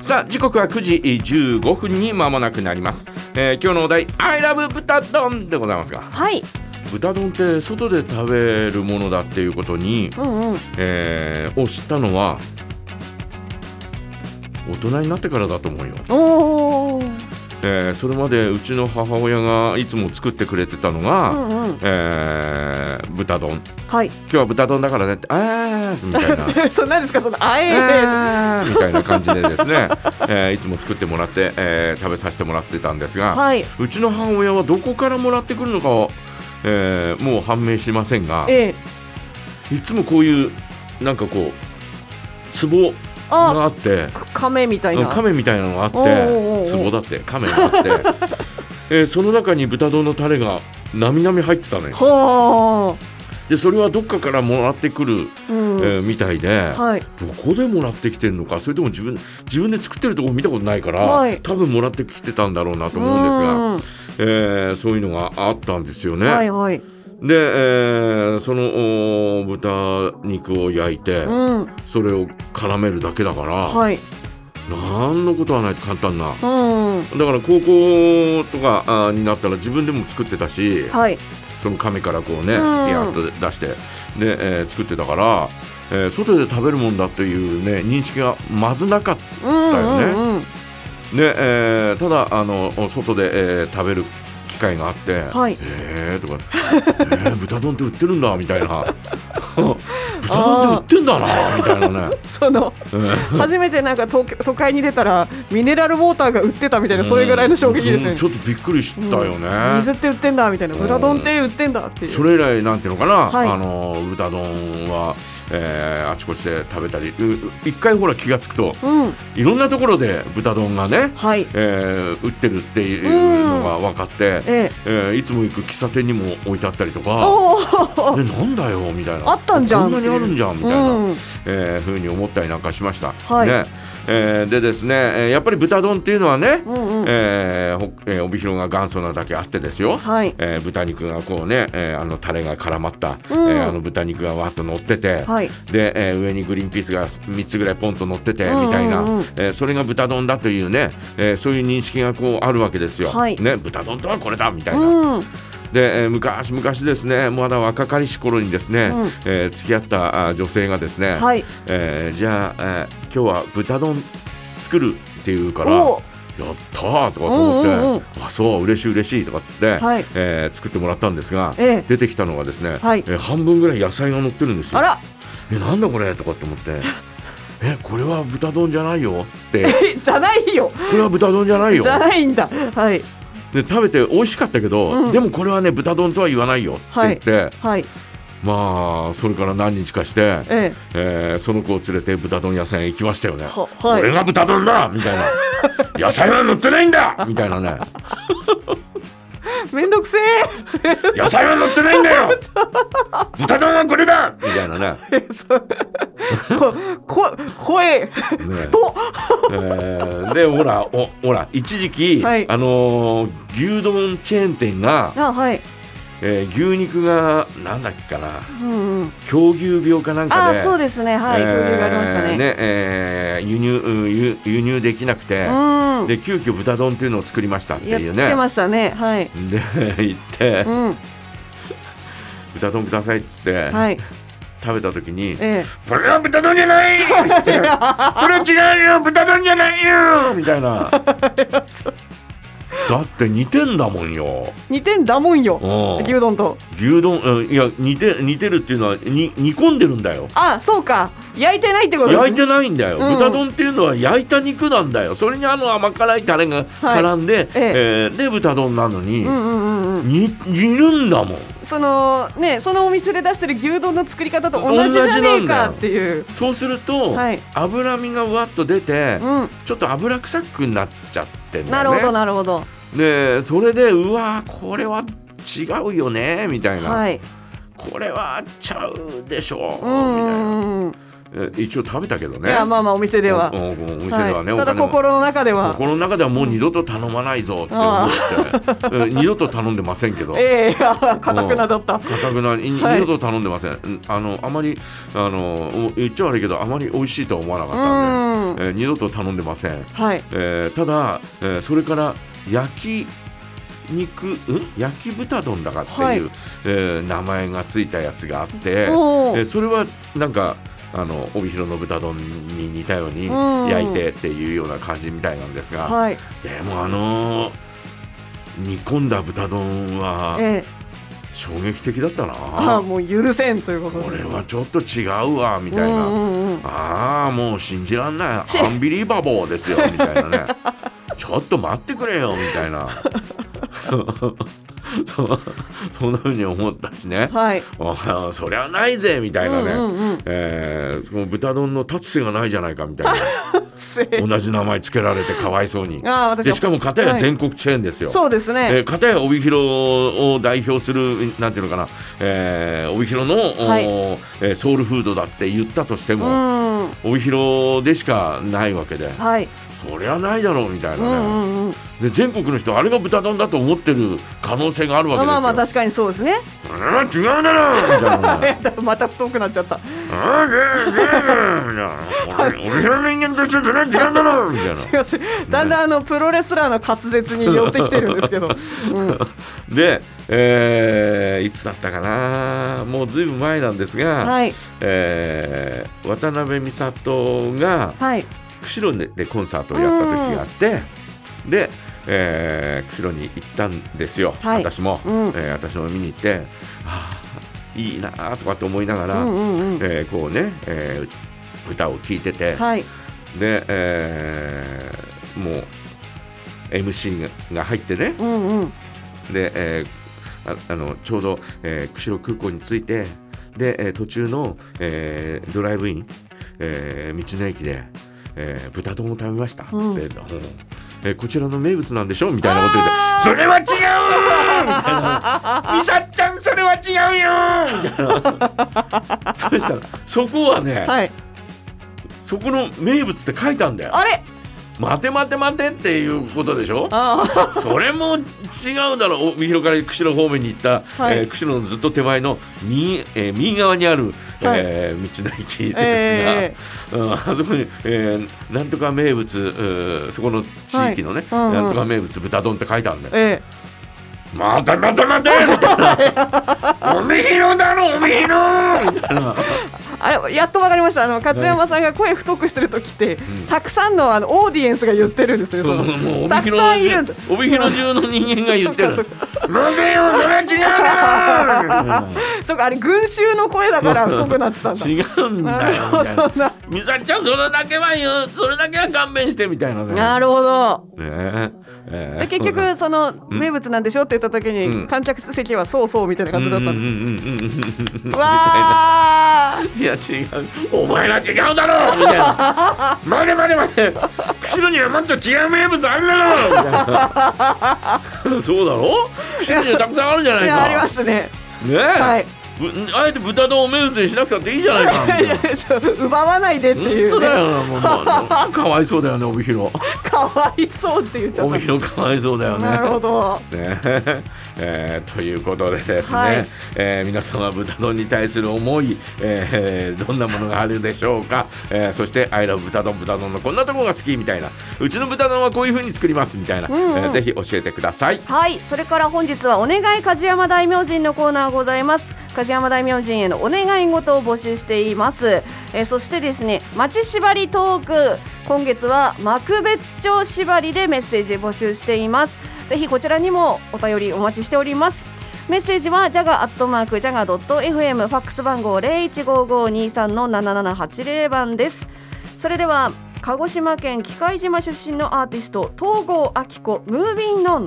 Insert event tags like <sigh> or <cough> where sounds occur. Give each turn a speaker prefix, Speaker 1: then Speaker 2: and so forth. Speaker 1: さあ時刻は9時15分に間もなくなります、えー今日のお題「I love 豚丼」でございますが
Speaker 2: はい
Speaker 1: 豚丼って外で食べるものだっていうことに、
Speaker 2: うんうん
Speaker 1: えーを知ったのは大人になってからだと思うよ、
Speaker 2: おお
Speaker 1: えーそれまでうちの母親がいつも作ってくれてたのが、
Speaker 2: うんうん
Speaker 1: えー豚丼
Speaker 2: はい
Speaker 1: 今日は豚丼だからねってあーみたいな
Speaker 2: <laughs> そんなんですかそのあえー
Speaker 1: あーみたいな感じでですね、えーいつも作ってもらって、えー食べさせてもらってたんですが、
Speaker 2: はい、
Speaker 1: うちの母親はどこからもらってくるのかは、えーもう判明しませんが
Speaker 2: えー、
Speaker 1: いつもこういうなんかこう壺が
Speaker 2: あ
Speaker 1: あって
Speaker 2: 亀みたいな
Speaker 1: 亀みたいなのがあって
Speaker 2: おうおうおう
Speaker 1: 壺だって亀が
Speaker 2: <laughs>
Speaker 1: あって、えーその中に豚丼のタレがなみなみ入ってたのよ
Speaker 2: は
Speaker 1: でそれはどっかからもらってくる、
Speaker 2: あうん、
Speaker 1: えーみたいで。
Speaker 2: はい
Speaker 1: どこでもらってきてるのかそれとも自分自分で作ってるとこ見たことないから、
Speaker 2: はい
Speaker 1: 多分もらってきてたんだろうなと思うんですが、
Speaker 2: うん
Speaker 1: えーそういうのがあったんですよね。
Speaker 2: はいはい
Speaker 1: で、えーそのお豚肉を焼いて、
Speaker 2: うん
Speaker 1: それを絡めるだけだから、
Speaker 2: はい
Speaker 1: なんのことはないと簡単な。
Speaker 2: うん
Speaker 1: だから高校とかあーになったら自分でも作ってたし、
Speaker 2: はい
Speaker 1: その亀からこうね、ピ
Speaker 2: うん
Speaker 1: ャーッと出して、で、えー作ってたから、えー外で食べるもんだというね、認識がまずなかった。
Speaker 2: うん
Speaker 1: だよね
Speaker 2: うんうん
Speaker 1: ねえーただあの外で、えー食べる機会があって「
Speaker 2: はい
Speaker 1: えー」とか、えー豚丼って売ってるんだ」みたい
Speaker 2: <laughs>
Speaker 1: な「豚丼って売ってんだな」みたいなね。
Speaker 2: その
Speaker 1: えー
Speaker 2: 初めてなんか東京都会に出たらミネラルウォーターが売ってたみたいなそれぐらいの衝撃です
Speaker 1: う
Speaker 2: よ
Speaker 1: ん
Speaker 2: ね
Speaker 1: ちょっとびっくりしたよね、
Speaker 2: うん水って売ってんだみたいな
Speaker 1: うん
Speaker 2: 豚丼って売ってんだっていう
Speaker 1: それ以来なんていうのかな、
Speaker 2: はい
Speaker 1: あの豚丼は、えーあちこちで食べたりうう一回ほら気が付くと
Speaker 2: うん
Speaker 1: いろんなところで豚丼がね、
Speaker 2: はい
Speaker 1: えー売ってるっていうのが分かって、
Speaker 2: ええ
Speaker 1: えーいつも行く喫茶店にも置いてあったりとか。
Speaker 2: お <laughs> お
Speaker 1: でなんだよみたいな
Speaker 2: あったんじゃん
Speaker 1: こんなにあるんじゃんみたいな、
Speaker 2: うん
Speaker 1: えー、ふうに思ったりなんかしました、
Speaker 2: はい
Speaker 1: ねえーでですねえーやっぱり豚丼っていうのはね、
Speaker 2: うんうん
Speaker 1: えーほえー帯広が元祖なだけあってですよ、
Speaker 2: はい
Speaker 1: えー豚肉がこうね、えーあのタレが絡まった、
Speaker 2: うん
Speaker 1: えーあの豚肉がわーっと乗ってて、
Speaker 2: はい
Speaker 1: で、えー上にグリーンピースが3つぐらいポンと乗ってて
Speaker 2: うんうんうん
Speaker 1: みたいな、えーそれが豚丼だというね、えーそういう認識がこうあるわけですよ。
Speaker 2: はい
Speaker 1: ね、豚丼とはこれだみたいな、
Speaker 2: うん
Speaker 1: で、えー昔々ですねまだ若かりし頃にですね、
Speaker 2: うん
Speaker 1: えー付き合ったあ女性がですね、
Speaker 2: はい
Speaker 1: えーじゃあ、えー今日は豚丼作るっていうからやっ
Speaker 2: お
Speaker 1: たーとかと思って、
Speaker 2: うんうんうん
Speaker 1: あそう嬉しい嬉しいとかっつって、
Speaker 2: はい
Speaker 1: えー作ってもらったんですが、
Speaker 2: ええ
Speaker 1: 出てきたのがですね、
Speaker 2: はい
Speaker 1: えー半分ぐらい野菜が乗ってるんですよ。
Speaker 2: あら
Speaker 1: えなんだこれとかって思って。 <laughs> えこれは豚丼じゃないよって <laughs>
Speaker 2: えじゃないよ
Speaker 1: これは豚丼じゃないよ
Speaker 2: <laughs> じゃないんだはい
Speaker 1: で食べて美味しかったけど、
Speaker 2: うん
Speaker 1: でもこれはね豚丼とは言わないよって言って、
Speaker 2: はい
Speaker 1: まあそれから何日かして、
Speaker 2: え
Speaker 1: えーその子を連れて豚丼屋さんへ行きましたよね。
Speaker 2: ははい
Speaker 1: 俺が豚丼だみたいな野菜は乗ってないんだみたいなね
Speaker 2: えめんどくせえ
Speaker 1: 野菜は乗ってないんだよ豚丼はこれだみたいなね、 <laughs>
Speaker 2: そうここ声
Speaker 1: ね
Speaker 2: 太
Speaker 1: えーでほらおほら一時期、
Speaker 2: はい
Speaker 1: あのー牛丼チェーン店が、
Speaker 2: あはい
Speaker 1: えー牛肉がなんだっけかな
Speaker 2: うんうん
Speaker 1: 狂牛病かなんか
Speaker 2: あ
Speaker 1: で
Speaker 2: そうですねはい
Speaker 1: えー
Speaker 2: 交流がありましたね
Speaker 1: ねえー輸入うん輸輸入できなくて、
Speaker 2: うん
Speaker 1: で急遽豚丼っていうのを作りましたって
Speaker 2: や
Speaker 1: いう
Speaker 2: って
Speaker 1: ね。
Speaker 2: ましたねはい
Speaker 1: で行って
Speaker 2: うん
Speaker 1: 「豚丼ください」っつって、
Speaker 2: はい
Speaker 1: 食べた時に「
Speaker 2: え
Speaker 1: これは豚丼じゃ
Speaker 2: <laughs>
Speaker 1: ない! 」これは違うよ豚丼じゃないよ!」みたい
Speaker 2: <laughs>
Speaker 1: なだって似てんだもんよ
Speaker 2: え似てんだもんよ
Speaker 1: うん
Speaker 2: 牛丼と
Speaker 1: 牛丼うんいや似て似てるっていうのはに煮込んでるんだよ
Speaker 2: あそうか焼いてないってこと
Speaker 1: 焼い
Speaker 2: ね
Speaker 1: てないんだよ、
Speaker 2: うん
Speaker 1: 豚丼っていうのは焼いた肉なんだよそれにあの甘辛いタレが絡んで、
Speaker 2: ええ
Speaker 1: えーで豚丼なのに、
Speaker 2: うんうんうんうん
Speaker 1: に煮るんだもん
Speaker 2: そのねそのお店で出してる牛丼の作り方と同じじゃねえかっていう
Speaker 1: そうすると、
Speaker 2: はい
Speaker 1: 脂身がうわっと出て、
Speaker 2: うん
Speaker 1: ちょっと脂臭くなっちゃってんだ
Speaker 2: な
Speaker 1: よ
Speaker 2: る
Speaker 1: ね
Speaker 2: ほどなるほど
Speaker 1: でそれでうわーこれは違うよねみたいな、
Speaker 2: はい
Speaker 1: これはちゃうでしょ、
Speaker 2: うんうんうん
Speaker 1: え一応食べたけど
Speaker 2: い
Speaker 1: ね
Speaker 2: やまあまあお店では
Speaker 1: お。おお店ではね、
Speaker 2: い、
Speaker 1: お
Speaker 2: ただ
Speaker 1: 金は
Speaker 2: 心の中では。
Speaker 1: 心の中ではもう二度と頼まないぞって思って、 <laughs> うん二度と頼んでませんけど。
Speaker 2: ええ <laughs> かたくなだっ
Speaker 1: か
Speaker 2: た。
Speaker 1: たくなに
Speaker 2: はい
Speaker 1: 二度と頼んでません、うんあのあまりあのお言っちゃ悪いけどあまり美味しいとは思わなかったんで、えー二度と頼んでません、
Speaker 2: はい。
Speaker 1: えーただ、えーそれから焼き肉ん焼き豚丼だかっていう、
Speaker 2: はい
Speaker 1: えー名前がついたやつがあって、
Speaker 2: お
Speaker 1: え
Speaker 2: ー
Speaker 1: ーそれはなんかあの帯広の豚丼に似たように
Speaker 2: うん
Speaker 1: 焼いてっていうような感じみたいなんですが、
Speaker 2: はい。
Speaker 1: でもあのー煮込んだ豚丼は
Speaker 2: ええ
Speaker 1: 衝撃的だったな、
Speaker 2: ああもう許せんということで。
Speaker 1: これはちょっと違うわみ
Speaker 2: み
Speaker 1: たいな、
Speaker 2: うんうんうん、
Speaker 1: ああもう信じらんない
Speaker 2: ち
Speaker 1: アンビリーバボーですよみたいな
Speaker 2: <laughs>
Speaker 1: ねちょっと待ってくれよみたいな <laughs> そそんなふうに思ったしね
Speaker 2: はい。
Speaker 1: ああそりゃないぜみたいなね、
Speaker 2: うんうんうん。
Speaker 1: えー、その豚丼の立つ瀬がないじゃないかみたい
Speaker 2: せ
Speaker 1: な同じ名前つけられてかわいそうに
Speaker 2: ああ私
Speaker 1: でしかも片や
Speaker 2: はい
Speaker 1: 全国チェーンですよ、
Speaker 2: そうです
Speaker 1: え
Speaker 2: ね。
Speaker 1: ー、片や帯広を代表するなんていうのかな、えー、帯広の、
Speaker 2: はい
Speaker 1: おえーソウルフードだって言ったとして
Speaker 2: う
Speaker 1: も、
Speaker 2: ん。
Speaker 1: 帯広でしかないわけで
Speaker 2: はい。
Speaker 1: そりゃないだろうみたいうなね、
Speaker 2: んうんうん。
Speaker 1: で全国の人あれが豚丼だと思ってる可能性があるわけですよ、
Speaker 2: まあまあ確かにそうですね。
Speaker 1: あー違うだろみたいなね
Speaker 2: <laughs> また太くなっちゃった。
Speaker 1: あーゲーゲーゲーみたいな俺俺の人間とちょっとね違うんだろみたいな
Speaker 2: すいませんだんだんあのプロレスラーの滑舌に寄ってきてるんですけど。うん
Speaker 1: <laughs> で、えーいつだったかなもうずいぶん前なんですが、
Speaker 2: はい
Speaker 1: えー渡辺美里が
Speaker 2: はい。
Speaker 1: 釧路でコンサートをやった時があって、で、えー釧路に行ったんですよ、
Speaker 2: はい
Speaker 1: 私も、
Speaker 2: うん
Speaker 1: えー私も見に行ってああいいなーとかって思いなが
Speaker 2: う
Speaker 1: ら、
Speaker 2: んうんうん。
Speaker 1: えーこうね、えー歌を聴いてて、
Speaker 2: はい。
Speaker 1: で、えーもう MC が入ってね
Speaker 2: うんうん。
Speaker 1: で、えーああのちょうど、えー釧路空港に着いてで、えー途中の、えードライブイン、えー道の駅で、えー豚丼を食べました、
Speaker 2: うん
Speaker 1: でほうえーこちらの名物なんでしょみたいなこと言って「それは違う!」みたいな「
Speaker 2: <laughs>
Speaker 1: 美さちゃんそれは違うよ!」みたい
Speaker 2: <laughs>
Speaker 1: なそうしたらそこはね、
Speaker 2: はい。
Speaker 1: そこの名物って書いたんだよ
Speaker 2: あれ。
Speaker 1: 「待て待て待て」っていうことでしょ
Speaker 2: ああ。
Speaker 1: それも違うだろう帯広から釧路方面に行った、
Speaker 2: はい
Speaker 1: えー釧路のずっと手前の右,、えー右側にある、
Speaker 2: はい
Speaker 1: えー道の駅ですが、
Speaker 2: え
Speaker 1: うんあそこに、えーなんとか名物うーそこの地域のね、
Speaker 2: はいうんうん
Speaker 1: なんとか名物豚丼って書いてあるんだよ。
Speaker 2: <laughs> え
Speaker 1: またまたまたみたい
Speaker 2: <laughs>
Speaker 1: なおみひろだろおみひろみたいな
Speaker 2: えあれやっとわかりましたあの勝山さんが声太くしてる時って、
Speaker 1: ん
Speaker 2: たくさんのあのオーディエンスが言ってるんですよそ
Speaker 1: もう
Speaker 2: の
Speaker 1: もう
Speaker 2: た
Speaker 1: 帯
Speaker 2: くさんい
Speaker 1: 広
Speaker 2: るん
Speaker 1: の
Speaker 2: だ
Speaker 1: 帯広中の人間が言ってる
Speaker 2: そっかそ
Speaker 1: 「
Speaker 2: っ
Speaker 1: なんでよそれは違うだろ!」
Speaker 2: <laughs> そうかあれ群衆の声だから太くなってたんだ
Speaker 1: 違うんだよみたいな「美咲ちゃんそれだけは言うそれだけは勘弁して」みたいなね。
Speaker 2: <laughs> なるほど
Speaker 1: ねえええ
Speaker 2: で結
Speaker 1: そうだ
Speaker 2: 局その名物なんでしょって言った時に、
Speaker 1: うん
Speaker 2: 観客席はそうそうみたいな
Speaker 1: う
Speaker 2: 感
Speaker 1: ん
Speaker 2: じ
Speaker 1: うん
Speaker 2: だ
Speaker 1: う
Speaker 2: っ
Speaker 1: ん
Speaker 2: た
Speaker 1: うん
Speaker 2: です、
Speaker 1: んうん
Speaker 2: うわー
Speaker 1: いや違うお前ら違うだろみたいな「
Speaker 2: <laughs>
Speaker 1: 待て待て待て釧路にはもっと違う名物あるだろ」みたいなそうだろ釧路にはたくさんあるんじゃない
Speaker 2: いや
Speaker 1: か
Speaker 2: ありますね
Speaker 1: ねえ、
Speaker 2: はい
Speaker 1: ぶあえて豚丼を名物にしなくたっていいじゃないかみたい
Speaker 2: <laughs> い
Speaker 1: な
Speaker 2: やちょっと奪わないでってい
Speaker 1: 本当
Speaker 2: う、ね、
Speaker 1: だよなもうまあかわいそうだよね帯
Speaker 2: <laughs>
Speaker 1: 広
Speaker 2: かわいそうって言っちゃっ
Speaker 1: 帯
Speaker 2: た
Speaker 1: 広かわいそうだよね
Speaker 2: なるほど
Speaker 1: ね <laughs> えーということでですね、
Speaker 2: はい
Speaker 1: えー皆さんは豚丼に対する思い、えーえーどんなものがあるでしょうか、えーそして「アイラブ豚丼豚丼のこんなところが好き」みたいなうちの豚丼はこういうふうに作りますみたいな、
Speaker 2: んうん
Speaker 1: えーぜひ教えてください。
Speaker 2: はいそれから本日はお願い梶山大明神のコーナーございます梶山大明神へのお願い事を募集していますえーそしてですね町縛りトーク今月は幕別町縛りでメッセージ募集していますぜひこちらにもお便りお待ちしておりますメッセージはジャガアットマークジャガドット FM ファックス番号零一五五二三の七七八零番ですそれでは鹿児島県喜界島出身のアーティスト東郷明子ムービンノン